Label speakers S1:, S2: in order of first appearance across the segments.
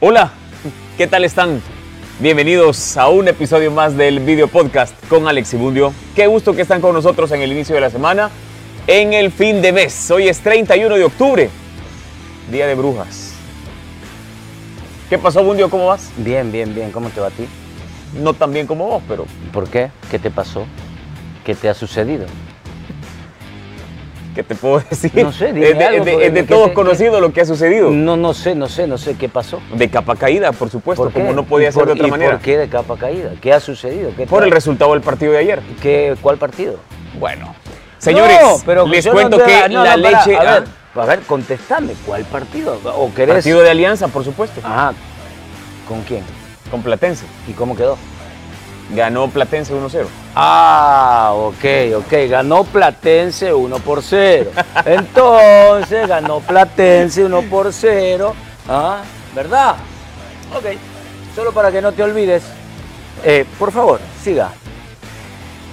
S1: Hola, ¿qué tal están? Bienvenidos a un episodio más del video podcast con Alex Ibundio. Qué gusto que están con nosotros en el inicio de la semana, en el fin de mes. Hoy es 31 de octubre, Día de Brujas. ¿Qué pasó, Bundio? ¿Cómo vas?
S2: Bien, bien, bien. ¿Cómo te va a ti?
S1: No tan bien como vos, pero
S2: ¿Por qué? ¿Qué te pasó? ¿Qué te ha sucedido?
S1: ¿qué te puedo decir?
S2: No sé, dime
S1: es de,
S2: algo,
S1: es de-
S2: porque
S1: es de
S2: lo que
S1: todos
S2: te- Mm.
S1: conocido lo que ha sucedido.
S2: No, no sé, no sé, no sé qué pasó.
S1: De capa caída, por supuesto,
S2: ¿Por qué?
S1: como no podía
S2: ¿Y
S1: ser
S2: por-
S1: de otra
S2: y
S1: manera.
S2: ¿Por qué de capa caída? ¿Qué ha sucedido? ¿Qué
S1: Por
S2: tal?
S1: el resultado del partido de ayer.
S2: ¿Qué- ¿Cuál partido?
S1: Bueno, señores,
S2: No, pero
S1: les
S2: yo no
S1: cuento
S2: te-
S1: que
S2: no,
S1: la
S2: no, pará,
S1: leche.
S2: a,
S1: ah,
S2: ver, a ver, contestame, ¿cuál partido? ¿O querés?
S1: partido de alianza, por supuesto,
S2: Ajá. ¿Con quién?
S1: con Platense.
S2: ¿Y cómo quedó?
S1: Ganó Platense 1-0.
S2: Ah, ok, ok. Ganó Platense 1 por 0. Entonces, ganó Platense 1 por 0. Ah, ¿Verdad? Ok. Solo para que no te olvides. Eh, por favor, siga.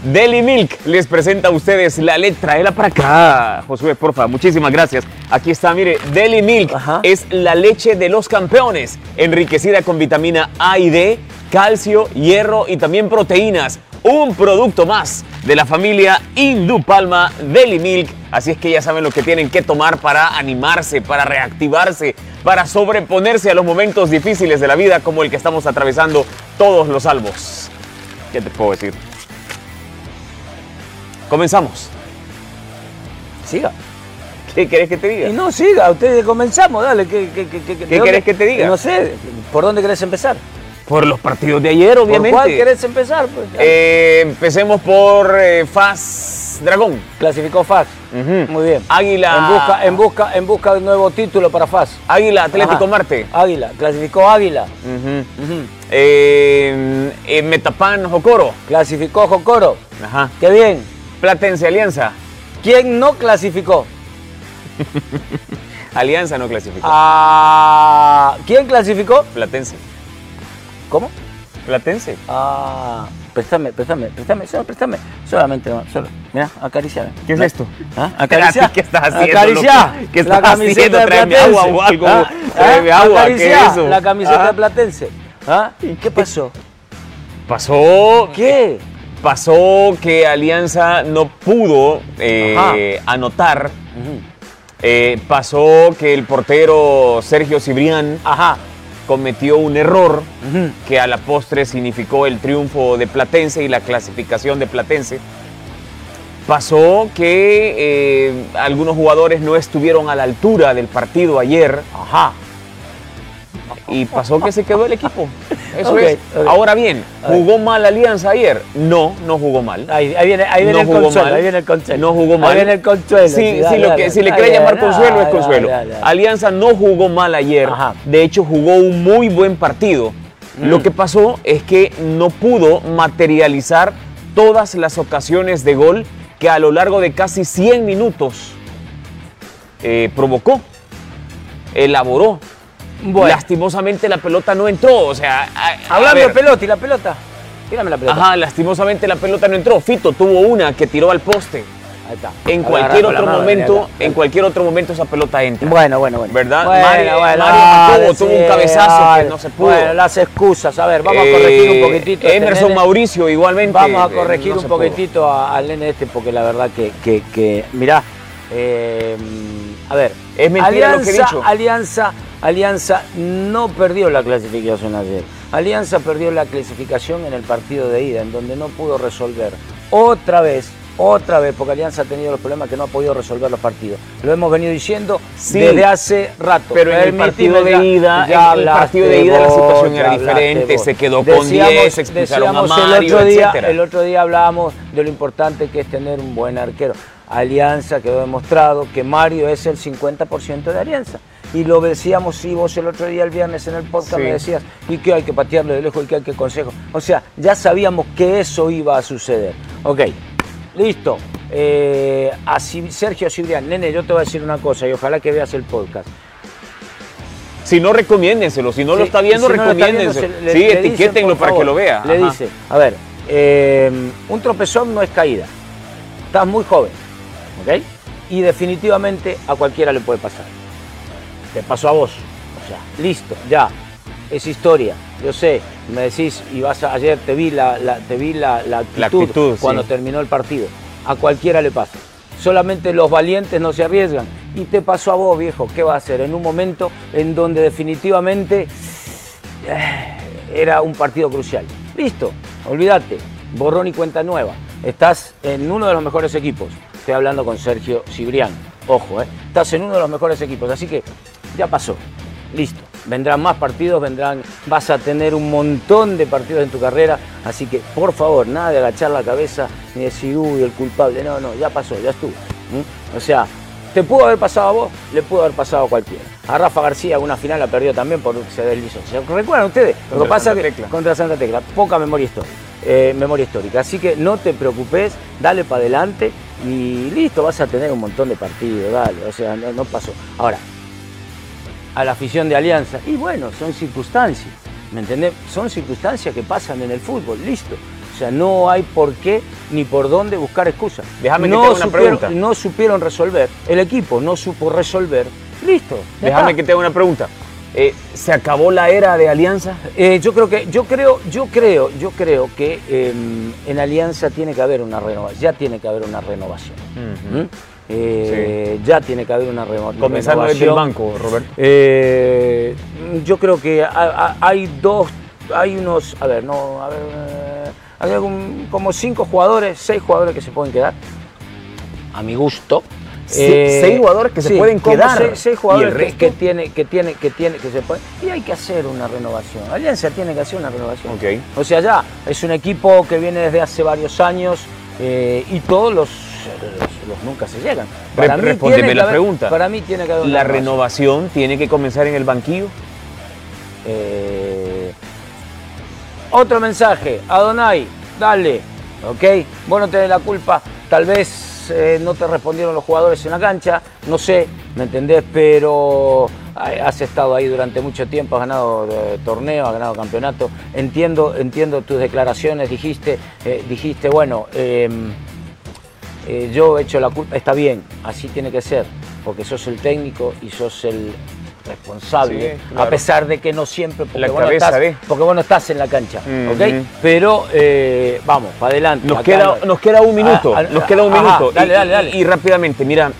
S1: Deli Milk les presenta a ustedes la letra. Era para acá, Josué, porfa. Muchísimas gracias. Aquí está, mire, Deli Milk
S2: Ajá.
S1: es la leche de los campeones, enriquecida con vitamina A y D, calcio, hierro y también proteínas. Un producto más de la familia Indupalma Deli Milk. Así es que ya saben lo que tienen que tomar para animarse, para reactivarse, para sobreponerse a los momentos difíciles de la vida como el que estamos atravesando todos los salvos. ¿Qué te puedo decir? Comenzamos.
S2: Siga.
S1: ¿Qué querés que te
S2: Y
S1: diga?
S2: no, siga. Ustedes comenzamos. Dale. ¿Qué, qué, qué, qué,
S1: ¿Qué querés que te diga?
S2: No sé. ¿Por dónde querés empezar?
S1: Por los partidos de ayer, obviamente.
S2: ¿Por cuál querés empezar? Pues,
S1: Eh, empecemos por eh, Faz Dragón.
S2: Clasificó FAS.
S1: Ujú.
S2: Muy bien.
S1: Águila.
S2: En busca, en, busca, en busca de un nuevo título para FAS.
S1: Águila Atlético
S2: Ajá.
S1: Marte.
S2: Águila, clasificó Águila.
S1: Ujú. Eh, eh, Metapan Jocoro.
S2: Clasificó Jocoro.
S1: Ajá.
S2: Qué bien.
S1: Platense Alianza.
S2: ¿Quién no clasificó?
S1: Alianza no clasificó.
S2: Ah, ¿Quién clasificó?
S1: Platense.
S2: ¿Cómo?
S1: Platense.
S2: Ah, préstame, préstame, préstame, solo préstame. Solamente, no, solo. Mira, acariciame.
S1: ¿Qué es
S2: No.
S1: esto?
S2: ¿Ah? Acariciá.
S1: Espérate, ¿qué estás haciendo,
S2: Acariciá.
S1: loco? ¿Qué
S2: La
S1: estás
S2: camiseta
S1: haciendo?
S2: de
S1: Tráeme
S2: Platense.
S1: agua o algo.
S2: ¿Ah?
S1: Tráeme
S2: ¿Ah?
S1: agua, ¿qué es
S2: Acariciá
S1: eso?
S2: La camiseta
S1: Ah.
S2: de Platense. ¿Ah? ¿Y qué pasó?
S1: Pasó.
S2: ¿Qué?
S1: Pasó que Alianza no pudo eh, anotar. Eh, pasó que el portero Sergio Cibrián
S2: Ajá.
S1: cometió un error
S2: Ujú.
S1: que a la postre significó el triunfo de Platense y la clasificación de Platense. Pasó que eh, algunos jugadores no estuvieron a la altura del partido ayer
S2: Ajá.
S1: y pasó que se quedó el equipo. Eso
S2: Ok,
S1: es.
S2: ok.
S1: Ahora bien,
S2: A ver.
S1: ¿jugó mal Alianza ayer? No, no jugó mal.
S2: Ahí, ahí viene, ahí viene
S1: No
S2: el
S1: jugó
S2: consuelo,
S1: mal.
S2: ahí viene el consuelo.
S1: No jugó mal.
S2: Ahí viene el consuelo.
S1: Sí,
S2: sí,
S1: sí,
S2: dale,
S1: lo
S2: dale,
S1: que, si le
S2: dale,
S1: quiere llamar
S2: dale,
S1: consuelo es
S2: dale,
S1: consuelo.
S2: dale, dale.
S1: Alianza no jugó mal ayer.
S2: Ajá. Mm.
S1: De hecho, jugó un muy buen partido. Lo que pasó es que no pudo materializar todas las ocasiones de gol que a lo largo de casi 100 minutos eh, provocó, elaboró.
S2: Bueno.
S1: Lastimosamente la pelota no entró. O sea, a- a
S2: Hablando de
S1: ver.
S2: pelota y la pelota. Tírame la pelota.
S1: Ajá, lastimosamente la pelota no entró. Fito tuvo una que tiró al poste.
S2: Ahí está.
S1: En
S2: Agarra
S1: cualquier
S2: con la
S1: otro
S2: mano, mira,
S1: momento,
S2: acá.
S1: en cualquier otro momento esa pelota entra.
S2: Bueno, bueno, bueno.
S1: ¿Verdad?
S2: Bueno,
S1: Mario- Mario
S2: dale,
S1: Jacobo tuvo un
S2: sí,
S1: cabezazo que
S2: dale.
S1: no se pudo.
S2: Bueno, las excusas. A ver, vamos
S1: Eh,
S2: a corregir un poquitito. a este
S1: Emerson
S2: nene.
S1: Mauricio igualmente.
S2: Vamos a
S1: eh,
S2: corregir
S1: no
S2: un
S1: se pudo.
S2: poquitito a- al nene este porque la verdad que, que, que mirá, eh, a ver.
S1: Es mentira
S2: Alianza,
S1: lo que he dicho.
S2: Alianza, Alianza no perdió la clasificación ayer. Alianza perdió la clasificación en el partido de ida, en donde no pudo resolver. Otra vez, otra vez, porque Alianza ha tenido los problemas que no ha podido resolver los partidos. Lo hemos venido diciendo
S1: Sí,
S2: desde hace rato.
S1: pero en el
S2: Permitime,
S1: partido de
S2: ya-
S1: ida,
S2: ya
S1: en el partido de
S2: hablaste
S1: ida la situación
S2: vos,
S1: era
S2: ya hablaste
S1: diferente,
S2: vos.
S1: se quedó con 10, expulsaron a
S2: decíamos el
S1: Mario,
S2: otro día,
S1: etcétera.
S2: el otro día hablábamos de lo importante que es tener un buen arquero. Alianza quedó demostrado que Mario es el 50% de Alianza. Y lo decíamos y vos el otro día, el viernes en el podcast,
S1: Sí.
S2: me decías, y que hay que patearlo de lejos y que hay que consejo. O sea, ya sabíamos que eso iba a suceder. Ok, listo. Eh, a Ci- Sergio Cibrián, nene, yo te voy a decir una cosa y ojalá que veas el podcast.
S1: Si no, recomiéndenselo. Si no lo
S2: Sí,
S1: está
S2: y
S1: viendo,
S2: si no lo está viendo,
S1: recomiéndenselo.
S2: se- le-
S1: sí,
S2: le dicen,
S1: etiquétenlo
S2: por
S1: para que
S2: favor.
S1: lo vea.
S2: Le
S1: Ajá.
S2: dice, a ver, eh, un tropezón no es caída. Estás muy joven, ¿ok? Y definitivamente a cualquiera le puede pasar. Te pasó a vos. O sea, listo, ya. es historia. Yo sé, me decís, y vas a- ayer te vi la, la- te vi la, la actitud,
S1: La actitud, sí.
S2: cuando terminó el partido. A cualquiera le pasa. Solamente los valientes no se arriesgan. Y te pasó a vos, viejo. ¿Qué va a hacer? En un momento en donde definitivamente era un partido crucial. Listo, olvídate, borrón y cuenta nueva. Estás en uno de los mejores equipos. Estoy hablando con Sergio Cibrián. Ojo, ¿eh? estás en uno de los mejores equipos. Así que ya pasó. Listo. Vendrán más partidos, vendrán. Vas a tener un montón de partidos en tu carrera. Así que, por favor, nada de agachar la cabeza ni decir, uy, el culpable. No, no, ya pasó, ya estuvo. ¿Mm? O sea, te pudo haber pasado a vos, le pudo haber pasado a cualquiera. A Rafa García una final la perdió también por se deslizó. ¿Se recuerdan ustedes? Lo que
S1: Contra
S2: pasa
S1: Santa
S2: que
S1: Tecla.
S2: contra Santa Tecla, poca memoria histórica, eh, memoria histórica. Así que no te preocupes, dale para adelante y listo, vas a tener un montón de partidos, dale, o sea, no, no pasó. Ahora, a la afición de Alianza. Y bueno, son circunstancias, ¿me entendés? Son circunstancias que pasan en el fútbol, listo. O sea, no hay por qué ni por dónde buscar excusas.
S1: Déjame que
S2: no
S1: te haga una
S2: supieron,
S1: pregunta.
S2: No supieron resolver, el equipo no supo resolver, listo. ya
S1: Déjame
S2: está.
S1: que te haga una pregunta. Eh, ¿Se acabó la era de Alianza?
S2: Eh, yo creo que, yo creo, yo creo, yo creo que eh, en Alianza tiene que haber una renovación, ya tiene que haber una renovación.
S1: Ujú.
S2: ¿Mm? Eh, Ya tiene que haber una reno- renovación.
S1: Comenzando desde el banco, Roberto.
S2: Eh, yo creo que ha- ha- hay dos, hay unos, a ver, no, a ver, eh, hay algún- como cinco jugadores, seis jugadores que se pueden quedar, a mi gusto. Eh,
S1: Se- seis jugadores que se pueden
S2: como
S1: quedar.
S2: Seis, seis
S1: ¿Y el
S2: jugadores que-
S1: resto?
S2: que tiene, que tiene, que tiene, que se pueden. Y hay que hacer una renovación. Alianza tiene que hacer una renovación.
S1: Ok.
S2: O sea, ya es un equipo que viene desde hace varios años eh, y todos los, los- los nunca se llegan.
S1: Re- respóndeme
S2: tiene que
S1: la
S2: haber-
S1: pregunta.
S2: Para mí tiene que haber una
S1: ¿La renovación tiene que comenzar en el banquillo?
S2: Eh, otro mensaje, Adonai, dale, ¿ok? Vos no tenés la culpa, tal vez eh, no te respondieron los jugadores en la cancha, no sé, ¿me entendés? Pero ay, has estado ahí durante mucho tiempo, has ganado eh, torneo, has ganado campeonato, entiendo, entiendo tus declaraciones, dijiste, eh, dijiste, bueno, em, eh, yo he hecho la culpa, está bien, así tiene que ser, porque sos el técnico y sos el responsable,
S1: Sí, claro.
S2: a pesar de que no siempre, porque,
S1: La
S2: vos, no
S1: cabeza
S2: estás,
S1: de-
S2: porque vos no estás en la cancha,
S1: Ujú.
S2: ¿ok? Pero eh, vamos, para adelante.
S1: Nos
S2: acá
S1: queda,
S2: no-
S1: nos queda un minuto,
S2: Ah, ah,
S1: nos queda un
S2: ajá,
S1: minuto.
S2: dale,
S1: Y-
S2: dale,
S1: y-
S2: dale.
S1: Y, rápidamente, mira,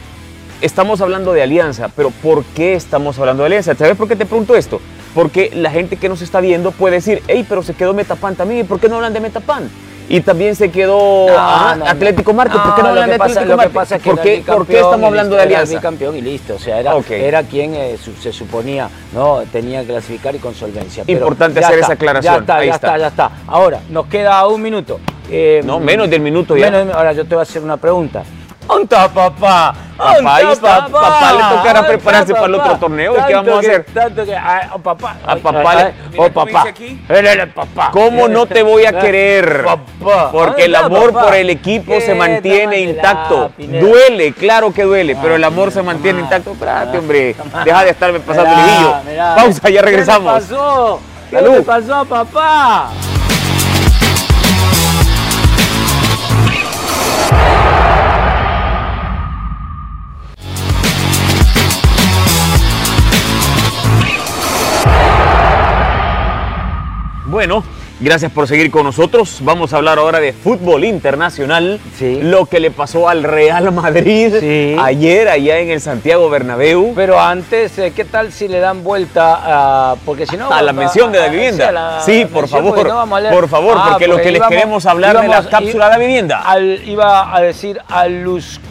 S1: estamos hablando de alianza, pero ¿por qué estamos hablando de alianza? ¿Sabes por qué te pregunto esto? Porque la gente que nos está viendo puede decir, hey, pero se quedó Metapan también, ¿por qué no hablan de Metapan? Y también se quedó
S2: No,
S1: ah,
S2: no, no.
S1: Atlético Marte, ¿por qué
S2: No,
S1: no
S2: lo
S1: hablan
S2: que
S1: de
S2: pasa-
S1: Atlético
S2: lo que
S1: Marte?
S2: pasa es que
S1: ¿Por
S2: este, era
S1: qué,
S2: bicampeón
S1: por qué estamos
S2: y
S1: hablando de
S2: listo, era
S1: alianza?
S2: bicampeón y listo, o sea, era,
S1: Ok.
S2: era quien eh, su- se suponía, no, tenía que clasificar y con solvencia. pero
S1: Importante
S2: ya
S1: hacer
S2: está,
S1: esa aclaración.
S2: Ya está,
S1: Ahí
S2: ya
S1: está.
S2: está. ya está. Ahora, nos queda un minuto. Eh,
S1: No, menos del minuto ya.
S2: menos de- ahora yo te voy a hacer una pregunta. ¿Dónde está papá? ¿Dónde
S1: Papá, ahí está, papá, le tocará
S2: ¿Dónde está
S1: prepararse para el otro torneo, ¿y qué
S2: Tanto
S1: vamos a
S2: que-
S1: hacer?
S2: tanto que- ah, oh, papá.
S1: A
S2: ay,
S1: papá
S2: ay,
S1: le-
S2: ay,
S1: mira
S2: Oh,
S1: cómo dice
S2: papá.
S1: aquí.
S2: Él era el papá.
S1: ¿Cómo no te voy a querer?
S2: Papá.
S1: Porque el
S2: Anda,
S1: amor
S2: papá.
S1: por el equipo se
S2: Eh,
S1: mantiene
S2: tómatela,
S1: intacto.
S2: Pineda. Ah,
S1: Duele, claro que duele, pero el amor se
S2: Tomá,
S1: mantiene intacto.
S2: tomá,
S1: Espérate, hombre.
S2: tomá.
S1: Deja de estarme pasando
S2: ah, Mirá,
S1: el guillo.
S2: mirá.
S1: Pausa, ya regresamos.
S2: ¿Qué le pasó? ¿Qué
S1: Salud.
S2: le pasó, papá?
S1: Bueno, gracias por seguir con nosotros. Vamos a hablar ahora de fútbol internacional.
S2: Sí.
S1: Lo que le pasó al Real Madrid
S2: Sí.
S1: ayer allá en el Santiago Bernabéu.
S2: Pero antes, eh, ¿qué tal si le dan vuelta a.? Porque si no.
S1: A Ah, la mención de la
S2: a-
S1: vivienda.
S2: ah, a la
S1: Sí, por
S2: mención,
S1: favor,
S2: porque no vamos a leer.
S1: por favor, porque lo que les queremos hablar de la
S2: íbamos-
S1: cápsula de la vivienda.
S2: al- iba a decir a Luz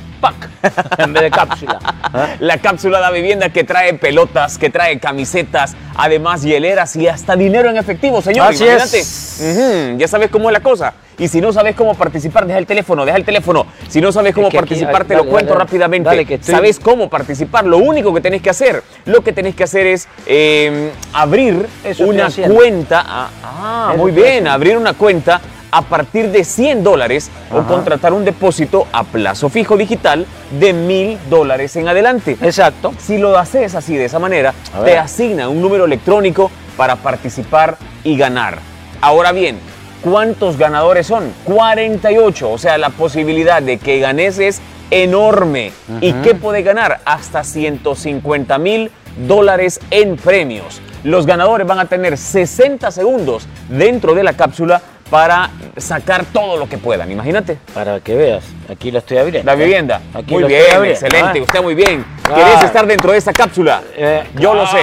S2: en vez de cápsula.
S1: ¿Ah? La cápsula de la vivienda que trae pelotas, que trae camisetas, además hieleras y hasta dinero en efectivo, señor.
S2: Así
S1: imagínate.
S2: es.
S1: Ujú, Ya sabes cómo es la cosa. Y si no sabes cómo participar, deja el teléfono, deja el teléfono. Si no sabes cómo
S2: que aquí-
S1: participar, te
S2: dale,
S1: lo cuento
S2: dale,
S1: rápidamente.
S2: dale, que estoy-
S1: ¿Sabes cómo participar? Lo único que tenés que hacer, lo que tenés que hacer es eh, abrir
S2: Eso estoy
S1: una
S2: haciendo.
S1: cuenta. Ah, ah,
S2: Eso
S1: muy
S2: estoy
S1: bien,
S2: haciendo.
S1: abrir una cuenta a partir de 100 dólares o
S2: Ajá.
S1: contratar un depósito a plazo fijo digital de 1000 dólares en adelante.
S2: Exacto.
S1: Si lo haces así, de esa manera,
S2: A ver.
S1: te asigna un número electrónico para participar y ganar. Ahora bien, ¿cuántos ganadores son? 48. O sea, la posibilidad de que ganes es enorme. ¿Y qué puede ganar? Hasta 150 mil dólares en premios. Los ganadores van a tener 60 segundos dentro de la cápsula para sacar todo lo que puedan. Imagínate.
S2: Para que veas, aquí la estoy abriendo.
S1: La
S2: ¿eh?
S1: vivienda.
S2: Aquí
S1: muy
S2: lo
S1: bien,
S2: estoy abriendo,
S1: excelente.
S2: ¿ah?
S1: Usted muy bien.
S2: Claro.
S1: ¿Querés estar dentro de esta cápsula?
S2: Eh, Ah.
S1: yo lo sé,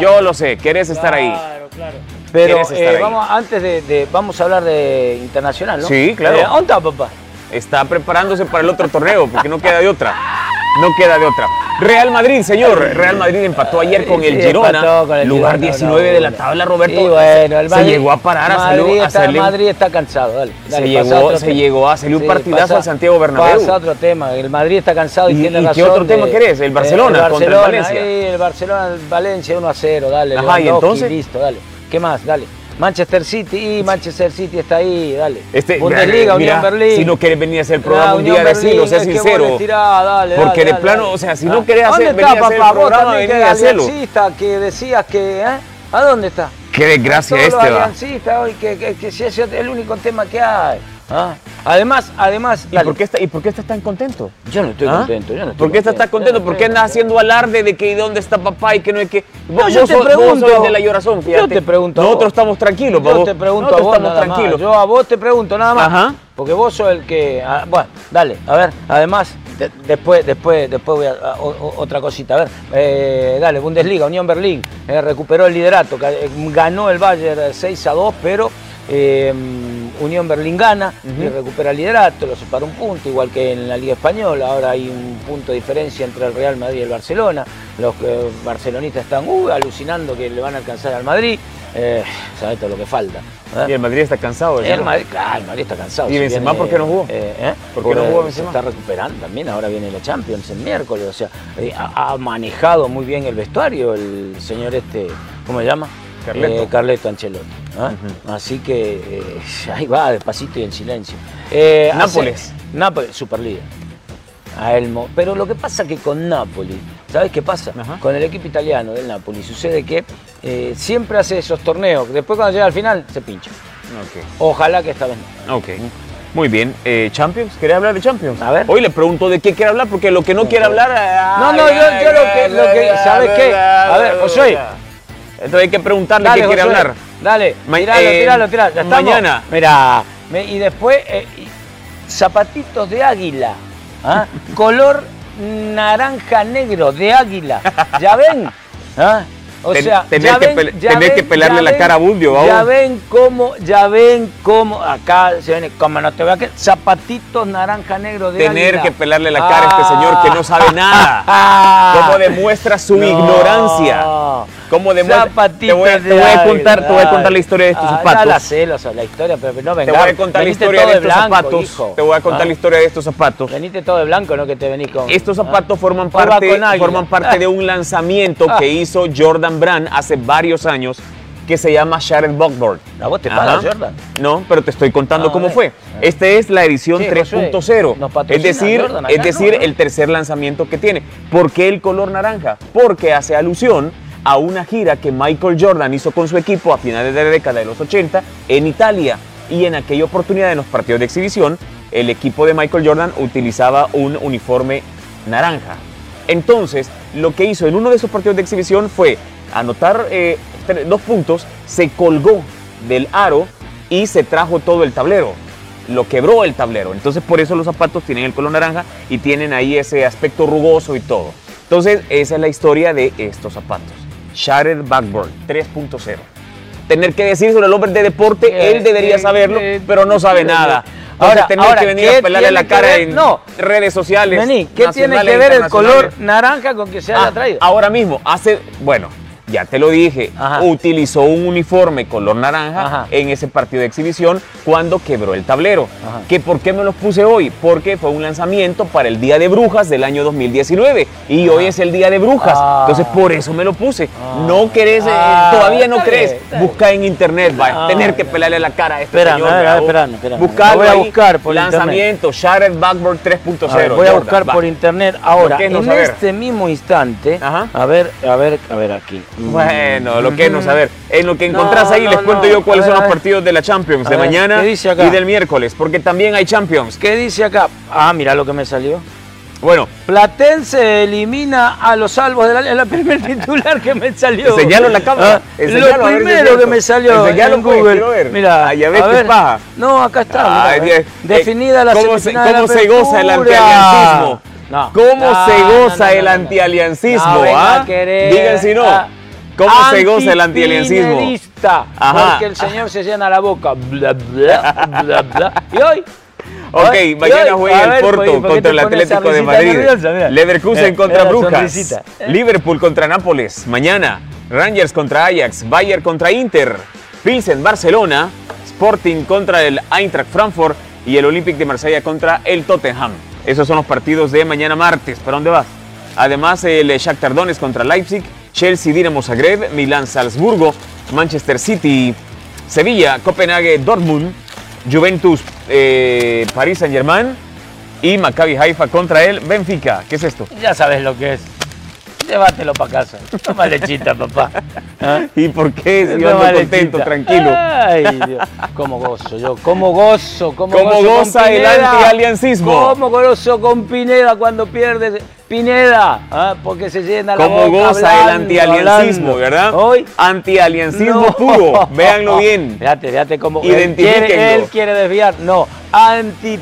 S1: yo lo sé. ¿Querés estar ahí?
S3: Claro, claro.
S2: Pero
S1: ¿Quieres estar
S2: eh,
S1: ahí?
S2: vamos, antes de, de- vamos a hablar de internacional, ¿no?
S1: Sí, claro.
S2: Eh, ¿Dónde está, papá?
S1: Está preparándose para el otro torneo porque no queda de otra. No queda de otra. Real Madrid, señor. Real Madrid empató ayer con
S2: Sí,
S1: el Girona,
S2: empató con el
S1: lugar
S2: Girona,
S1: 19
S2: no,
S1: de la
S2: no.
S1: tabla, Roberto.
S2: Sí, bueno, el
S1: se
S2: Madrid-
S1: llegó a parar a
S2: Madrid
S1: hacerle- a
S2: está,
S1: hacerle un-
S2: Madrid está cansado, dale.
S1: Se
S2: dale,
S1: llegó-
S2: pasa otro
S1: se
S2: tema.
S1: llegó a hacerle un partidazo al Santiago Bernabéu.
S2: Pasa otro tema, el Madrid está cansado y,
S1: ¿Y-
S2: tiene
S1: y qué
S2: razón.
S1: otro tema querés? El
S2: eh,
S1: Barcelona contra el
S2: Barcelona,
S1: Valencia.
S2: ahí, el Barcelona, el Valencia 1 a 0, dale.
S1: Ajá, ¿y
S2: Lewandowski,
S1: entonces?
S2: listo, dale. ¿Qué más? Dale. Manchester City, y Manchester City está ahí, dale.
S1: Este,
S2: Bundesliga,
S1: mira,
S2: Unión Berlín.
S1: Si no quieres venir a hacer el programa
S2: Ah,
S1: un
S2: Unión
S1: día, decirlo, sea
S2: Berlín, es que
S1: sincero.
S2: vos le tirás, dale,
S1: Porque
S2: dale,
S1: de
S2: dale,
S1: plano,
S2: dale.
S1: o sea, si
S2: Ah.
S1: no querés hacer-
S2: ¿Dónde
S1: venir a
S2: está,
S1: hacer el
S2: papá? Vos
S1: programa,
S2: también que
S1: vení a hacerlo.
S2: aliancista, que decías que, ¿eh? ¿A dónde está?
S1: Qué desgracia
S2: Todos
S1: este
S2: los
S1: va.
S2: aliancistas hoy, que, que, que si ese es el único tema que hay. Ah. Además, además,
S1: ¿Y
S2: dale.
S1: por, qué está, ¿Y por qué estás tan contento?
S2: Yo no estoy
S1: ¿Ah?
S2: contento, yo no estoy
S1: ¿Por qué estás tan contento? ¿Por qué andas haciendo alarde de que y dónde está papá y que no es que.?
S2: No, yo te
S1: sos-
S2: pregunto.
S1: sos de la llorazón,
S2: Yo
S1: fíjate.
S2: te pregunto a
S1: Nosotros
S2: vos.
S1: estamos tranquilos,
S2: Yo
S1: vos.
S2: te pregunto
S1: Nosotros
S2: a vos
S1: estamos
S2: nada más.
S1: tranquilos.
S2: Yo a vos te pregunto nada más.
S1: Ajá.
S2: Porque vos sos el que... ah, bueno, dale, a ver, además, de- después, después, después voy a, a- o- o- otra cosita. A ver, eh, dale, Bundesliga, Unión Berlín, eh, recuperó el liderato, ca- eh, ganó el Bayern eh, 6 a 2, pero... eh, Unión Berlín gana y recupera el liderato, lo separa un punto, igual que en la Liga Española. Ahora hay un punto de diferencia entre el Real Madrid y el Barcelona. Los eh, barcelonistas están uh, alucinando que le van a alcanzar al Madrid. Eh, sabes todo lo que falta. ¿eh?
S1: Y el Madrid está cansado.
S2: El
S1: señor.
S2: Madrid, claro, el Madrid está cansado.
S1: ¿Y
S2: Si
S1: Benzema
S2: viene,
S1: por qué no jugó?
S2: eh, ¿eh?
S1: ¿Por qué no
S2: Ahora
S1: jugó
S2: Se
S1: Benzema?
S2: está recuperando también, ahora viene la Champions el miércoles. O sea, eh, ha, ha manejado muy bien el vestuario el señor este, ¿cómo se llama?
S1: Carleto.
S2: Eh, Carleto Ancelotti. ¿ah? Así que eh, ahí va, despacito y en silencio. Eh, hace-
S1: Nápoles.
S2: Nápoles, superlíder. A Elmo. Pero lo que pasa que con Napoli, ¿sabes qué pasa?
S1: Ajá.
S2: Con el equipo italiano del Napoli sucede que eh, siempre hace esos torneos. Después cuando llega al final, se pincha. Ojalá que esta vez no.
S1: Ok, ok. Muy bien. Eh, ¿Champions? ¿Querés hablar de Champions?
S2: A ver.
S1: Hoy le pregunto de qué quiere hablar porque lo que no quiere hablar. eh,
S2: No, no, yo, yo lo que, lo que- ¿sabes qué? A ver, José,
S1: Entonces hay que preguntarle
S2: dale,
S1: qué quiere
S2: Josué,
S1: hablar.
S2: Dale,
S1: Ma-
S2: tiralo,
S1: eh,
S2: tiralo, tiralo, ya estamos.
S1: mañana.
S2: Mirá, me- y después, eh, y- zapatitos de águila, ¿ah? color naranja negro de águila, ¿ya ven? ¿Ah? O
S1: Ten-
S2: sea,
S1: tener
S2: ya
S1: que
S2: ven-
S1: pele-
S2: ya
S1: tener
S2: ven-
S1: que pelarle
S2: ya
S1: la
S2: ven-
S1: cara a Bundio, ¿va
S2: Ya
S1: vos?
S2: ven cómo, ya ven cómo, acá se ven, como no te veo que zapatitos naranja negro de águila.
S1: Tener que pelarle la cara a este señor que no sabe nada.
S2: Ah.
S1: ¿Cómo demuestra su
S2: No.
S1: ignorancia? ¿Cómo demuestra? Te
S2: Zapatitos
S1: voy, a-
S2: de
S1: te voy a
S2: águila,
S1: contar, te voy a
S2: dale.
S1: contar la historia de estos
S2: Ah,
S1: zapatos.
S2: Ya la sé, la, la historia, pero no
S1: Te
S2: vengas.
S1: voy a contar la
S2: Veniste
S1: historia
S2: todo
S1: de estos
S2: blanco,
S1: zapatos.
S2: hijo.
S1: Te voy a contar
S2: Ah,
S1: la historia de estos zapatos.
S2: Veniste todo de blanco, no que te venís con...
S1: Estos
S2: ah.
S1: zapatos forman
S2: Hoy va
S1: parte,
S2: con águila.
S1: forman parte de un lanzamiento
S2: Ah.
S1: que hizo Jordan Brand hace varios años que se llama Shattered Buckboard.
S2: ¿A vos te
S1: Ajá.
S2: paga, Jordan?
S1: No, pero te estoy contando
S2: Ah,
S1: cómo
S2: ok.
S1: fue. Esta es la edición
S2: Sí, Josué,
S1: 3.0.
S2: nos
S1: Es
S2: patrocina
S1: decir,
S2: Jordan acá,
S1: es decir,
S2: ¿no?
S1: el tercer lanzamiento que tiene. ¿Por qué el color naranja? Porque hace alusión a una gira que Michael Jordan hizo con su equipo a finales de la década de los 80 en Italia. Y en aquella oportunidad en los partidos de exhibición, el equipo de Michael Jordan utilizaba un uniforme naranja. Entonces, lo que hizo en uno de esos partidos de exhibición fue anotar eh, tre- dos puntos, se colgó del aro y se trajo todo el tablero lo quebró el tablero. Entonces por eso los zapatos tienen el color naranja y tienen ahí ese aspecto rugoso y todo. Entonces esa es la historia de estos zapatos. Shattered Backboard 3.0. Tener que decírselo al hombre de deporte,
S2: Eh,
S1: él debería
S2: eh,
S1: saberlo,
S2: eh,
S1: pero no sabe
S2: eh,
S1: nada.
S2: eh.
S1: Ahora,
S2: Ahora,
S1: tener
S2: ahora,
S1: que venir
S2: ¿qué
S1: a pelarle
S2: tiene
S1: la
S2: que
S1: cara
S2: ver?
S1: en
S2: No.
S1: redes sociales.
S2: Vení, ¿qué tiene
S1: nacionales
S2: que
S1: e
S2: ver el
S1: internacionales?
S2: color naranja con que se
S1: Ah,
S2: haya traído?
S1: Ahora mismo, hace, bueno, ya te lo dije,
S2: Ajá.
S1: utilizó un uniforme color naranja
S2: Ajá.
S1: en ese partido de exhibición cuando quebró el tablero.
S2: Ajá.
S1: ¿Que ¿Por qué me los puse hoy? Porque fue un lanzamiento para el Día de Brujas del año 2019 y hoy es el Día de Brujas.
S2: Ah.
S1: Entonces por eso me lo puse.
S2: Ah.
S1: No querés, eh,
S2: Ah,
S1: todavía no
S2: está
S1: crees.
S2: bien, está
S1: Busca en internet, va.
S2: Ah,
S1: tener que
S2: ya.
S1: pelarle la cara a este
S2: Espérame,
S1: señor.
S2: a ver, a ver,
S1: bravo.
S2: espérame, espérame.
S1: Buscalo
S2: Lo voy a
S1: ahí,
S2: buscar por internet.
S1: Lanzamiento, Shattered Backboard 3.0.
S2: A ver, voy a
S1: Jordan,
S2: buscar
S1: va.
S2: por internet
S1: Lo
S2: ahora.
S1: que es no
S2: en
S1: saber.
S2: este mismo instante,
S1: Ajá.
S2: a ver, a ver, a ver aquí.
S1: Bueno, lo que es no saber. En lo que
S2: No,
S1: encontrás ahí
S2: no,
S1: les cuento
S2: no.
S1: yo cuáles
S2: A
S1: son
S2: ver, a
S1: los
S2: ver.
S1: partidos de la Champions
S2: A
S1: de
S2: ver,
S1: mañana
S2: ¿qué dice acá? Mm.
S1: y del miércoles, porque también hay Champions.
S2: ¿Qué dice acá? Ah, mira lo que me salió.
S1: Bueno,
S2: Platense elimina a los salvos de la Es la primer titular que me salió.
S1: Señalo en la cámara,
S2: Ah,
S1: enseñalo, a ver si
S2: lo
S1: es
S2: primero
S1: cierto.
S2: que me salió
S1: Enseñalo,
S2: en
S1: pues,
S2: Google.
S1: quiero ver.
S2: Mira,
S1: Ah, ya ves
S2: a
S1: qué
S2: ver.
S1: paja.
S2: No, acá está.
S1: Ay,
S2: mira,
S1: Dios.
S2: definida la
S1: Eh, ¿cómo
S2: semifinal
S1: se,
S2: de la
S1: cómo se goza el
S2: apertura.
S1: antialiancismo?
S2: No.
S1: ¿Cómo
S2: No,
S1: se
S2: no,
S1: goza
S2: no, no,
S1: el
S2: no, no.
S1: antialiancismo?
S2: No, venga
S1: ah?
S2: a querer.
S1: Digan si no.
S2: Ah,
S1: ¿Cómo se goza el antialiancismo?
S2: antipinerista,
S1: Ajá.
S2: Porque el señor se llena la boca. Bla, bla, bla, bla. Y hoy.
S1: Ok,
S2: hoy- y
S1: mañana
S2: hoy-
S1: juega
S2: a
S1: el
S2: ver,
S1: Porto
S2: oye, ¿por qué te
S1: contra el
S2: pones esa
S1: Atlético de
S2: risita
S1: Madrid.
S2: nerviosa? Mira.
S1: Leverkusen
S2: Eh,
S1: contra
S2: eh, la
S1: Brujas.
S2: sonrisita. Eh,
S1: Liverpool contra Nápoles. Mañana. Rangers contra Ajax. Bayern contra Inter. Pilsen Barcelona. Sporting contra el Eintracht Frankfurt. Y el Olympique de Marsella contra el Tottenham. Esos son los partidos de mañana martes. ¿Para dónde vas? Además, el Shakhtar Donetsk contra Leipzig. Chelsea Dinamo Zagreb. Milán Salzburgo. Manchester City. Sevilla. Copenhague Dortmund. Juventus eh, París Saint Germain. Y Maccabi Haifa contra el Benfica. ¿Qué es esto?
S2: Ya sabes lo que es. Llévatelo para casa. Toma lechita, papá. ¿Ah?
S1: ¿Y por qué? Si yo
S2: Toma
S1: ando contento,
S2: lechita.
S1: tranquilo.
S2: Ay, Dios. Cómo gozo yo. Cómo gozo. Cómo,
S1: Cómo
S2: gozo con
S1: goza el
S2: Pineda.
S1: antialiancismo.
S2: Cómo gozo con Pineda cuando pierde. Pineda. ¿ah? Porque se llena la boca.
S1: Como goza el
S2: hablando,
S1: antialiancismo,
S2: hablando.
S1: ¿verdad?
S2: Hoy.
S1: Antialiancismo
S2: no.
S1: puro. Véanlo bien.
S2: Fíjate, fíjate cómo. Él
S1: Identifíquenlo.
S2: quiere, él quiere desviar. No.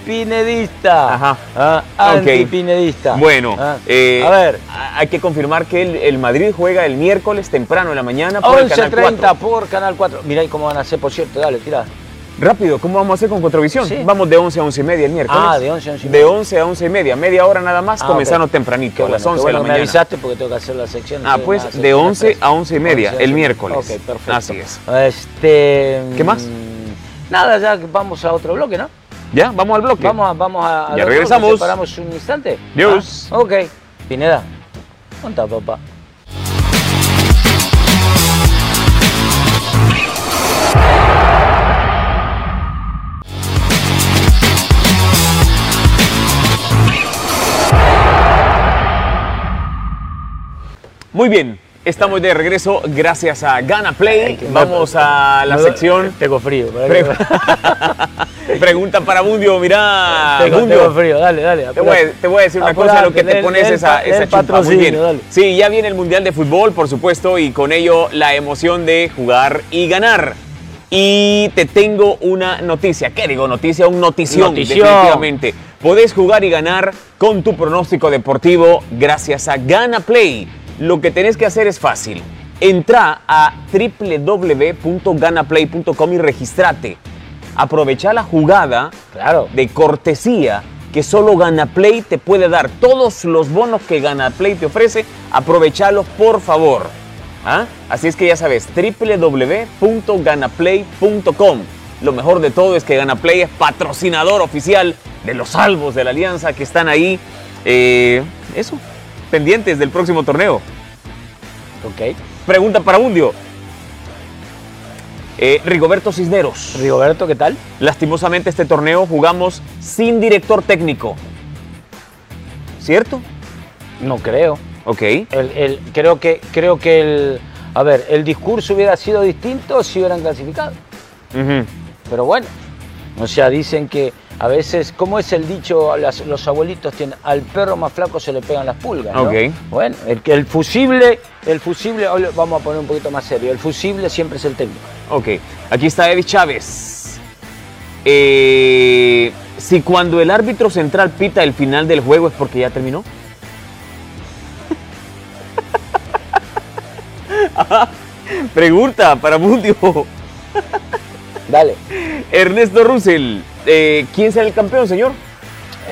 S2: Antipinedista.
S1: Ajá.
S2: Ah,
S1: Ok.
S2: Antipinedista.
S1: Bueno,
S2: Ah,
S1: eh,
S2: a ver.
S1: a- hay que confirmar que el, el Madrid juega el miércoles temprano en la mañana por el Canal
S2: 11.30
S1: 4.
S2: por Canal 4. Mirá ahí cómo van a hacer, por cierto, dale, tira.
S1: Rápido, ¿cómo vamos a hacer con Contravisión?
S2: Sí.
S1: Vamos de 11 a 11 y media el miércoles.
S2: Ah, de 11 a 11 y
S1: De 11 a 11 y media, media hora nada más,
S2: Ah,
S1: comenzando
S2: ok.
S1: tempranito,
S2: Qué
S1: a las
S2: bueno,
S1: 11
S2: qué
S1: de la
S2: bueno,
S1: mañana.
S2: Me avisaste porque tengo que hacer la sección.
S1: Ah,
S2: Sí,
S1: pues,
S2: nada,
S1: de
S2: sección
S1: 11
S2: express.
S1: a 11 y media, el miércoles.
S2: Ok, perfecto.
S1: Así es.
S2: Este,
S1: ¿Qué más?
S2: mm, Nada, ya vamos a otro bloque, ¿no?
S1: ¿Ya? Vamos al bloque.
S2: Vamos a, vamos a. al
S1: Ya
S2: otro
S1: regresamos.
S2: bloque, Separamos un instante.
S1: News.
S2: Ah, ok. Pineda, ¿cuánta papá?
S1: Muy bien, estamos de regreso gracias a Gana Play.
S2: Ay, que me-
S1: Vamos a la
S2: me-
S1: sección.
S2: Tengo frío. para que-
S1: pre- Pregunta para Bundio, mirá.
S2: Tengo,
S1: Bundio,
S2: tengo frío, dale, dale.
S1: Te voy, a- te voy a decir una cosa, lo que te pones es esa, esa chumpa. Muy bien.
S2: Dale.
S1: Sí, ya viene el Mundial de Fútbol, por supuesto, y con ello la emoción de jugar y ganar. Y te tengo una noticia. ¿Qué digo noticia? Un notición,
S2: Notición.
S1: definitivamente. Podés jugar y ganar con tu pronóstico deportivo gracias a Gana Play. Lo que tenés que hacer es fácil. Entra a www.ganaplay.com y registrate. Aprovecha la jugada
S2: Claro.
S1: de cortesía que solo Ganaplay te puede dar. Todos los bonos que Ganaplay te ofrece, aprovechalos por favor. ¿Ah? Así es que ya sabes, www.ganaplay.com. Lo mejor de todo es que Ganaplay es patrocinador oficial de los salvos de la alianza que están ahí, eh, eso, pendientes del próximo torneo.
S2: Ok.
S1: Pregunta para Bundio. Eh, Rigoberto Cisneros.
S2: Rigoberto, ¿qué tal?
S1: Lastimosamente este torneo jugamos sin director técnico. ¿Cierto?
S2: No creo.
S1: Ok.
S2: El, el- creo que, creo que el, a ver, el discurso hubiera sido distinto si hubieran clasificado.
S1: Ujú.
S2: Pero bueno, o sea, dicen que a veces, como es el dicho, las- los abuelitos tienen, al perro más flaco se le pegan las pulgas. ¿no?
S1: Ok.
S2: Bueno, el, que- el fusible, el fusible, hoy lo vamos a poner un poquito más serio, el fusible siempre es el técnico.
S1: Ok. Aquí está Eddie Chávez. Eh, si cuando el árbitro central pita el final del juego es porque ya terminó. Ah, Pregunta para Mundio.
S2: Dale.
S1: Ernesto Russell. eh, ¿Quién será el campeón, señor?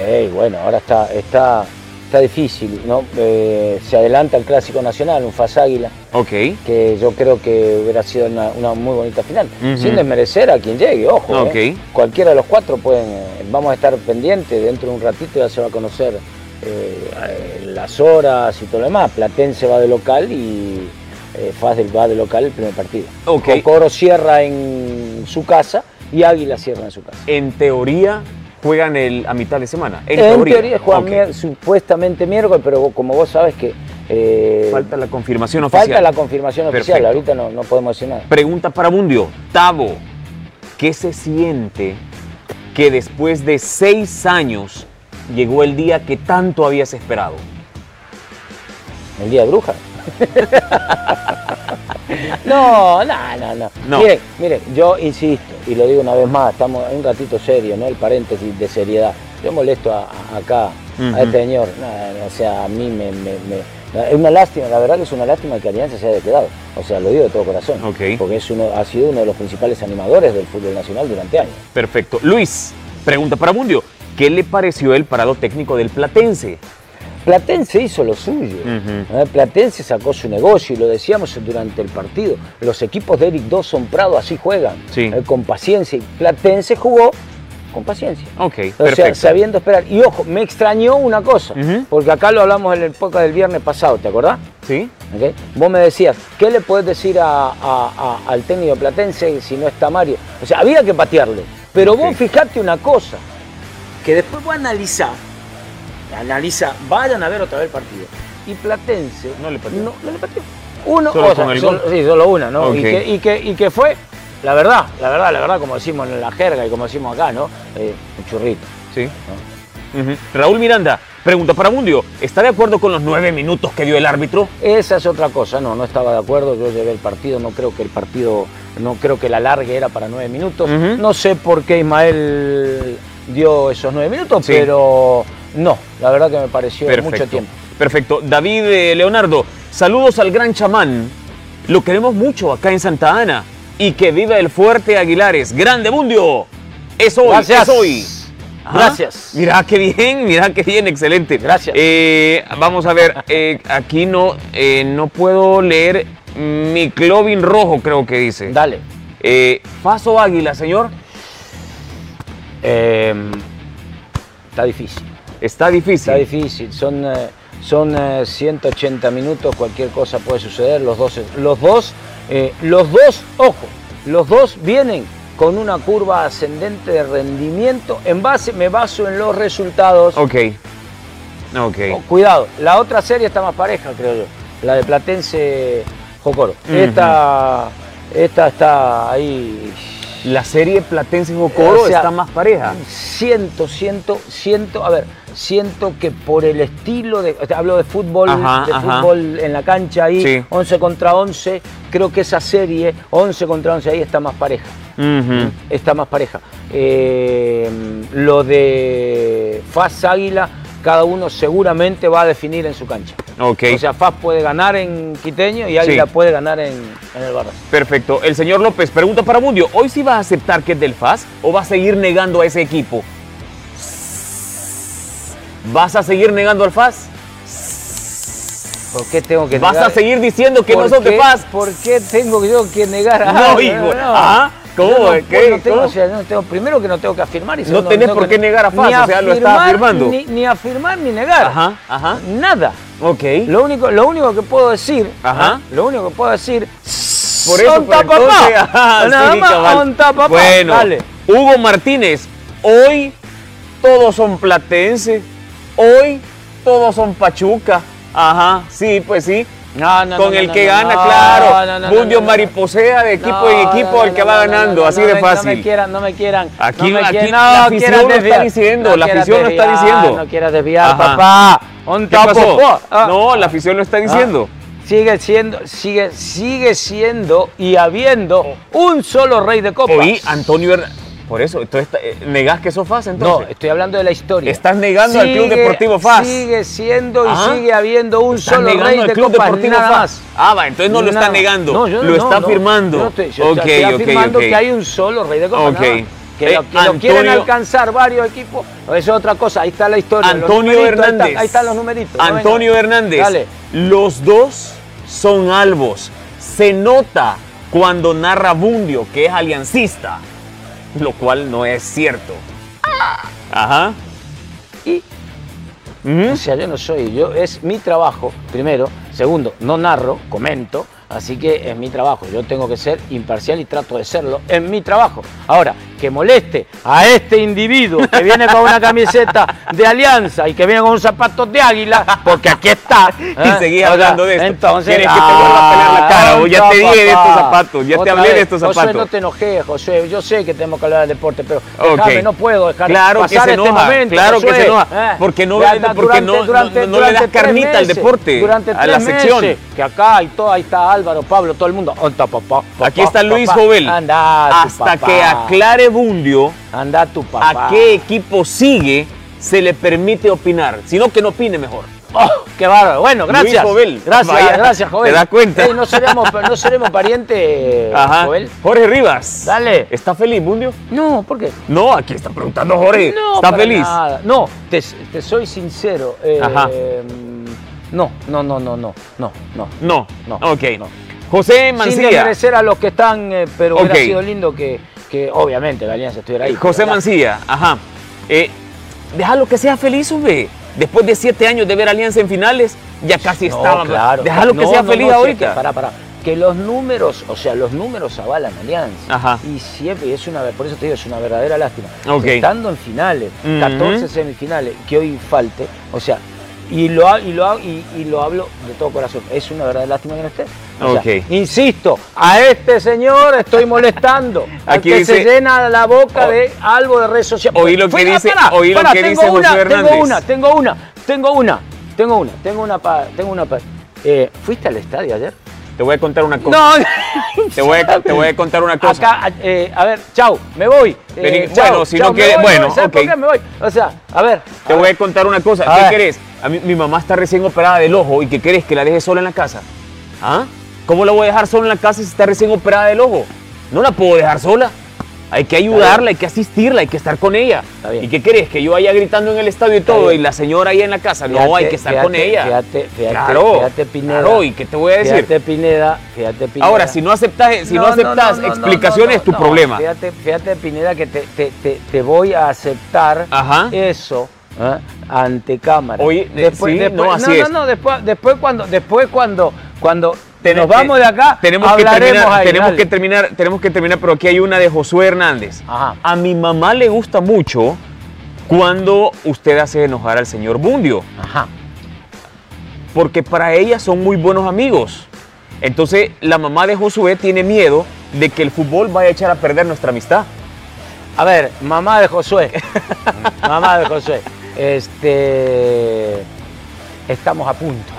S2: Ey, bueno, ahora está, está, está difícil, ¿no? Eh, se adelanta el Clásico Nacional, un Faz Águila.
S1: Ok.
S2: que yo creo que hubiera sido una, una muy bonita final,
S1: Ujú.
S2: sin desmerecer a quien llegue, ojo.
S1: Ok.
S2: ¿eh? Cualquiera de los cuatro pueden, eh, vamos a estar pendientes, dentro de un ratito ya se va a conocer eh, eh, las horas y todo lo demás. Platense va de local y eh, Faz del- va de local el primer partido.
S1: Ok.
S2: Coro cierra en su casa y Águila cierra en su casa.
S1: en teoría juegan el, a mitad de semana.
S2: En teoría, juegan
S1: Ok.
S2: mier- supuestamente miércoles, pero vos- como vos sabes que eh,
S1: Falta la confirmación
S2: falta
S1: oficial.
S2: la confirmación oficial,
S1: Perfecto.
S2: ahorita no, no podemos decir nada.
S1: Pregunta para Mundio. Tavo, ¿qué se siente que después de seis años llegó el día que tanto habías esperado?
S2: El día de bruja. no, no, no, no,
S1: No.
S2: Miren, miren, yo insisto, y lo digo una vez más, estamos en un gatito serio, ¿no? El paréntesis de seriedad. Yo molesto a, a- acá,
S1: Ujú.
S2: a este señor. No, no, o sea, a mí me, me- me- Es una lástima, la verdad que es una lástima que Alianza se haya quedado. O sea, lo digo de todo corazón.
S1: Ok.
S2: Porque es uno, ha sido uno de los principales animadores del fútbol nacional durante años.
S1: Perfecto. Luis, pregunta para Mundio. ¿Qué le pareció el parado técnico del Platense?
S2: Platense hizo lo suyo.
S1: Ujú.
S2: Eh, Platense sacó su negocio y lo decíamos durante el partido. Los equipos de Eric Dawson Prado así juegan,
S1: Sí.
S2: eh, con paciencia. Y Platense jugó con paciencia.
S1: Ok,
S2: O sea,
S1: perfecto.
S2: sabiendo esperar. Y ojo, me extrañó una cosa,
S1: Ujú.
S2: porque acá lo hablamos en el podcast del viernes pasado, ¿te acordás?
S1: ¿Sí?
S2: ¿Ok? Vos me decías, ¿qué le podés decir a- a- a- al técnico de Platense si no está Mario? O sea, había que patearle. Pero
S1: Ok.
S2: vos fijate una cosa, que después vos analizás, analiza, vayan a ver otra vez el partido. Y Platense
S1: No le pateó.
S2: No, no le pateó. Uno,
S1: Solo
S2: o sea,
S1: con el
S2: solo-
S1: gol.
S2: sí, solo una, ¿no?
S1: Ok.
S2: Y, que, y, que, y que fue, la verdad, la verdad, la verdad, como decimos en la jerga y como decimos acá, ¿no? Eh, un churrito.
S1: Sí. Ujú. Raúl Miranda, pregunta para Mundio. ¿Está de acuerdo con los nueve minutos que dio el árbitro?
S2: Esa es otra cosa, no, no estaba de acuerdo, yo llevé el partido, no creo que el partido, no creo que la largue era para nueve minutos.
S1: Ujú.
S2: No sé por qué Ismael dio esos nueve minutos,
S1: Sí.
S2: pero no, la verdad que me pareció mucho tiempo.
S1: Perfecto. David eh, Leonardo, saludos al gran chamán. Lo queremos mucho acá en Santa Ana. Y que viva el fuerte Aguilares. ¡Grande Mundio! Es hoy, es
S2: Gracias.
S1: hoy. Ajá.
S2: Gracias.
S1: Mirá qué bien, mirá qué bien, excelente.
S2: Gracias.
S1: Eh, vamos a ver, eh, aquí no, eh, no puedo leer mi clovin rojo, creo que dice.
S2: Dale.
S1: Eh, Faso Águila, señor.
S2: Eh, está difícil,
S1: Está difícil.
S2: está difícil. Son, eh, son eh, 180 minutos, cualquier cosa puede suceder. Los dos, los dos, eh, los dos, ojo, los dos vienen con una curva ascendente de rendimiento. En base, me baso en los resultados.
S1: Ok. Ok.
S2: Oh, Cuidado, la otra serie está más pareja, creo yo. La de Platense Jocoro.
S1: Ujú.
S2: Esta, esta está ahí.
S1: La serie Platense Jocoro
S2: O sea,
S1: está más pareja.
S2: Siento, siento, siento, a ver, siento que por el estilo de. o sea, Hablo de fútbol,
S1: Ajá,
S2: de
S1: ajá.
S2: fútbol en la cancha ahí,
S1: Sí.
S2: 11 contra 11. Creo que esa serie, 11 contra 11, ahí está más pareja.
S1: Ujú.
S2: Está más pareja. Eh, lo de Faz Águila, cada uno seguramente va a definir en su cancha.
S1: Ok.
S2: O sea, Faz puede ganar en Quiteño y Águila
S1: Sí.
S2: puede ganar en, en el Barras.
S1: Perfecto. El señor López pregunta para Mundio. ¿Hoy sí va a aceptar que es del FAS o va a seguir negando a ese equipo? ¿Vas a seguir negando al FAS?
S2: ¿Por qué tengo que
S1: ¿Vas
S2: negar?
S1: a seguir diciendo que
S2: ¿Por
S1: no son
S2: qué-
S1: del FAS?
S2: ¿Por qué tengo yo que negar a
S1: No,
S2: algo?
S1: hijo. Ah, ¿cómo?
S2: Yo no,
S1: ¿Qué?
S2: no tengo,
S1: ¿Cómo?
S2: o sea, no tengo- primero que no tengo que afirmar y
S1: No tenés por
S2: que
S1: qué
S2: no-
S1: negar a Faz,
S2: ni
S1: o sea, lo estás
S2: afirmar,
S1: afirmando.
S2: Ni, ni afirmar ni negar.
S1: Ajá, ah. ajá.
S2: Nada.
S1: Ok.
S2: Lo único, lo único que puedo decir,
S1: Ajá.
S2: ¿eh? lo único que puedo decir,
S1: Por eso,
S2: son
S1: pero
S2: tapapá.
S1: entonces- Ajá,
S2: Nada
S1: sí,
S2: más,
S1: cabal.
S2: son tapapá.
S1: Bueno,
S2: Dale.
S1: Hugo Martínez, hoy todos son platense, hoy todos son pachuca. Ajá, sí, pues sí.
S2: No, no,
S1: Con
S2: no,
S1: el
S2: no,
S1: que
S2: no,
S1: gana,
S2: no,
S1: claro.
S2: no, no, no,
S1: Bundio
S2: no, no.
S1: mariposea de equipo
S2: No,
S1: en equipo
S2: no,
S1: al que
S2: no,
S1: va
S2: no, no,
S1: ganando,
S2: no,
S1: así
S2: no
S1: de
S2: me-
S1: fácil.
S2: No me quieran, no me quieran.
S1: Aquí-
S2: no me
S1: aquí
S2: quieran,
S1: la
S2: no
S1: afición
S2: quieras
S1: lo está
S2: desviar,
S1: diciendo,
S2: no
S1: la
S2: quieras
S1: afición lo está
S2: desviar,
S1: diciendo.
S2: No quieras desviar,
S1: Ajá.
S2: papá. Un
S1: ¿Qué pasó?
S2: tapopó. Ah,
S1: No, la afición lo está
S2: ah.
S1: diciendo.
S2: Sigue siendo, sigue, sigue siendo y habiendo un solo rey de copas.
S1: Oh. Oí Antonio Hernández. Por eso, entonces, eh, ¿negás que eso FAS
S2: No,
S1: entonces?
S2: estoy hablando de la historia.
S1: Estás negando al Club Deportivo FAS.
S2: Sigue siendo y
S1: Ah.
S2: sigue habiendo un
S1: Estás
S2: solo
S1: negando
S2: rey
S1: al
S2: de
S1: Club
S2: copas,
S1: Deportivo
S2: nada
S1: FAS.
S2: más.
S1: Ah, va, entonces no lo está
S2: Nada.
S1: negando.
S2: No, yo
S1: lo
S2: no,
S1: está
S2: no.
S1: afirmando.
S2: Yo no estoy, yo
S1: Ok,
S2: estoy
S1: ok,
S2: afirmando
S1: ok.
S2: que hay un solo rey de copa.
S1: Ok.
S2: nada más. Que,
S1: Eh,
S2: lo, que lo quieren
S1: Antonio-
S2: alcanzar varios equipos. Eso es otra cosa. Ahí está la historia. los
S1: Antonio
S2: numeritos, ahí
S1: Hernández.
S2: están- Ahí están los numeritos. no vengan.
S1: Antonio Hernández.
S2: Dale.
S1: Los dos son albos. Se nota cuando narra Bundio que es aliancista, lo cual no es cierto. Ajá.
S2: Y
S1: Ujú.
S2: O sea, yo no soy, yo es mi trabajo, primero. Segundo, no narro, comento. Así que es mi trabajo. Yo tengo que ser imparcial y trato de serlo en mi trabajo. Ahora, que moleste a este individuo que viene con una camiseta de alianza y que viene con un zapatos de águila, porque aquí está. ¿eh?
S1: Y seguía
S2: O sea,
S1: hablando de esto.
S2: Entonces,
S1: ¿Quieres
S2: ah,
S1: que te vuelva a pelar la cara? Vos ya te dije de estos zapatos, ya te
S2: Otra
S1: hablé de
S2: vez.
S1: estos
S2: José, no
S1: zapatos.
S2: te enojes, José. Yo sé que tenemos que hablar del deporte, pero
S1: Ok.
S2: déjame, no puedo dejar
S1: Claro que
S2: pasar
S1: se
S2: este
S1: enoja,
S2: momento.
S1: claro que
S2: Josué,
S1: se enoja,
S2: ¿eh?
S1: porque no
S2: Ya
S1: ve-
S2: está,
S1: porque no- no- no le das
S2: tres
S1: carnita al deporte,
S2: durante
S1: a la
S2: tres
S1: sección.
S2: meses, que acá y todo, ahí está Álvaro, Pablo, todo el mundo. Anda, papá, papá,
S1: Aquí está Luis
S2: papá.
S1: Jovel.
S2: Anda, tu
S1: Hasta
S2: papá.
S1: que aclare Bundio
S2: Anda tu papá.
S1: a qué equipo sigue, se le permite opinar, sino que no opine mejor.
S2: Oh, qué bárbaro. Bueno,
S1: Luis
S2: gracias.
S1: Jovel.
S2: Gracias,
S1: Vaya,
S2: gracias, Jovel.
S1: ¿te das cuenta?
S2: Ey, no seremos, no seremos parientes,
S1: Ajá.
S2: Jovel.
S1: Jorge Rivas.
S2: Dale.
S1: ¿Está feliz, Bundio?
S2: No, ¿por qué?
S1: No, aquí está preguntando Jorge.
S2: No,
S1: ¿Está
S2: para
S1: feliz?
S2: nada. No, te, te soy sincero. eh,
S1: Ajá.
S2: No, no, no, no, no, no, no.
S1: No.
S2: No,
S1: Ok.
S2: no.
S1: José
S2: Sin
S1: Mancilla.
S2: desmerecer a los que están, eh, pero
S1: Ok.
S2: hubiera sido lindo que, que obviamente, Galeanza estuviera ahí.
S1: José
S2: pero,
S1: Mancilla, ajá. Eh, déjalo que sea feliz, hombre. Después de siete años de ver Alianza en finales, ya casi
S2: No,
S1: estaba.
S2: claro.
S1: Déjalo que
S2: No,
S1: sea
S2: no,
S1: feliz
S2: no, sí,
S1: ahorita.
S2: Que, pará, pará. Que los números, o sea, los números avalan Alianza.
S1: Ajá.
S2: Y siempre, y es una, por eso te digo, es una verdadera lástima.
S1: Ok.
S2: Estando en finales,
S1: Ujú.
S2: 14 semifinales, que hoy falte, o sea, y lo, ha- y lo, ha- y, y lo hablo de todo corazón, es una verdadera lástima que no esté. O sea,
S1: Ok.
S2: insisto, a este señor estoy molestando. al
S1: Aquí
S2: que se
S1: dice- oh.
S2: llena la boca
S1: O-
S2: de algo de redes sociales.
S1: Oí lo que
S2: Pará,
S1: dice-
S2: pará,
S1: oí lo
S2: pará,
S1: que
S2: tengo
S1: dice
S2: una,
S1: José Hernández.
S2: Tengo una, tengo una, tengo una, tengo una, tengo una, pa- tengo una. pa- eh, ¿Fuiste al estadio ayer?
S1: Te voy a contar una cosa.
S2: No,
S1: Te voy a- te voy a contar una cosa.
S2: Acá, eh, a ver, chau, me voy. Eh,
S1: Vení,
S2: chau,
S1: bueno, si
S2: chau,
S1: no
S2: me
S1: quiere-
S2: voy,
S1: bueno,
S2: me voy, ¿sabes
S1: ok.
S2: por qué? Me voy. O sea, a ver.
S1: Te
S2: a
S1: voy
S2: ver.
S1: a contar una cosa.
S2: A
S1: ¿Qué
S2: ver.
S1: querés? A mí- mi mamá está recién operada del ojo y que querés que la deje sola en la casa. ¿Ah? ¿Cómo la voy a dejar sola en la casa si está recién operada del ojo? No la puedo dejar sola. Hay que ayudarla, hay que asistirla, hay que estar con ella.
S2: Está bien.
S1: ¿Y qué querés? Que yo vaya gritando en el estadio y
S2: Está
S1: todo y
S2: bien.
S1: la señora ahí en la casa. no,
S2: Fíjate,
S1: hay que estar
S2: fíjate,
S1: con ella.
S2: Fíjate, fíjate,
S1: claro,
S2: fíjate, Pineda.
S1: claro. ¿Y qué te voy a decir?
S2: Fíjate, Pineda, fíjate, Pineda.
S1: Ahora, si no aceptas, si no, aceptas
S2: no, no, no,
S1: explicaciones,
S2: no,
S1: tu
S2: no.
S1: problema.
S2: Fíjate, fíjate, Pineda, que te, te- te- te voy a aceptar
S1: Ajá.
S2: eso ¿eh? ante cámara.
S1: Ah. Oye, eh, sí, no, así
S2: no,
S1: es.
S2: no, después, después cuando, después cuando, cuando
S1: Ten-
S2: nos vamos de acá,
S1: tenemos que
S2: hablaremos
S1: terminar,
S2: ahí,
S1: tenemos
S2: dale.
S1: que terminar, tenemos que terminar, pero aquí hay una de Josué Hernández.
S2: Ajá.
S1: A mi mamá le gusta mucho cuando usted hace enojar al señor Bundio,
S2: Ajá.
S1: porque para ella son muy buenos amigos. Entonces, la mamá de Josué tiene miedo de que el fútbol vaya a echar a perder nuestra amistad.
S2: A ver, mamá de Josué. mamá de Josué. Este. Estamos a punto.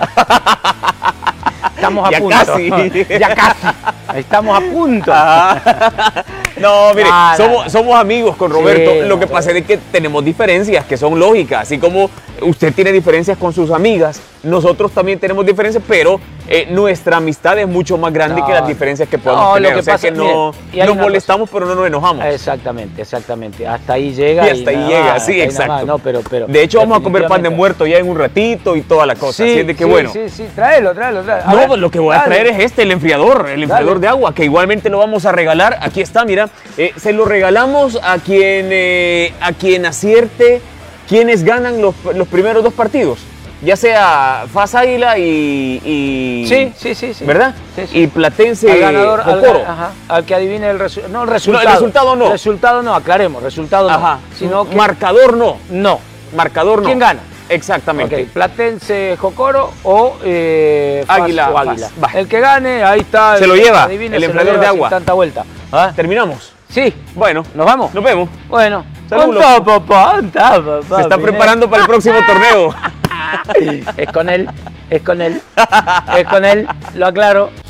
S2: Estamos a
S1: Ya
S2: Ah, punto.
S1: casi. Ah.
S2: ya casi. Estamos a punto.
S1: No, mire,
S2: Ah, no,
S1: somos,
S2: no.
S1: somos amigos con Roberto.
S2: Sí,
S1: Lo que
S2: no,
S1: pasa es que tenemos diferencias que son lógicas. Así como usted tiene diferencias con sus amigas, nosotros también tenemos diferencias, pero eh, nuestra amistad es mucho más grande
S2: No,
S1: que las diferencias que
S2: no,
S1: podemos
S2: lo
S1: tener.
S2: que
S1: o sea
S2: pasa-
S1: que no
S2: mire, y hay
S1: nos
S2: una
S1: molestamos, pero no nos enojamos.
S2: Exactamente, exactamente. Hasta ahí llega.
S1: Y hasta ahí
S2: nada
S1: llega,
S2: más,
S1: sí,
S2: hasta ahí nada
S1: exacto.
S2: más. No, pero, pero
S1: de hecho, vamos a comer pan de
S2: definitivamente.
S1: muerto ya en un ratito y toda la cosa.
S2: Sí,
S1: así es de que
S2: sí,
S1: bueno.
S2: Sí, sí, tráelo, tráelo, tráelo.
S1: No,
S2: ver,
S1: pues lo que voy a
S2: dale.
S1: traer es este, el enfriador, el enfriador de agua, que igualmente lo vamos a regalar. Aquí está, mira. Eh, se lo regalamos a quien, eh, a quien acierte quienes ganan los, los primeros dos partidos. Ya sea Faz Águila y, y-
S2: Sí, sí, sí. sí.
S1: ¿Verdad?
S2: Sí, sí.
S1: Y Platense
S2: al ganador, al,
S1: Jocoro.
S2: ajá, al que adivine el resultado. No, el resultado.
S1: resultado no.
S2: Resultado no, aclaremos, resultado no.
S1: Ajá.
S2: Sino que,
S1: Marcador no.
S2: no.
S1: Marcador no.
S2: ¿Quién gana?
S1: Exactamente.
S2: Ok, Platense Jocoro o eh, Fas
S1: Águila,
S2: o Águila.
S1: Fas, va.
S2: El que gane, ahí está.
S1: Se
S2: el
S1: lo
S2: que
S1: lleva,
S2: adivine,
S1: el
S2: se lo
S1: inflador
S2: lleva
S1: de
S2: sin
S1: agua.
S2: tanta vuelta. ¿Ah?
S1: Terminamos.
S2: Sí,
S1: Bueno,
S2: nos vamos.
S1: nos vemos.
S2: Bueno,
S1: Saludos.
S2: anda, papá, anda, papá,
S1: Se está
S2: Pineda.
S1: preparando para el próximo torneo.
S2: Es con él, es con él, es con él, lo aclaro.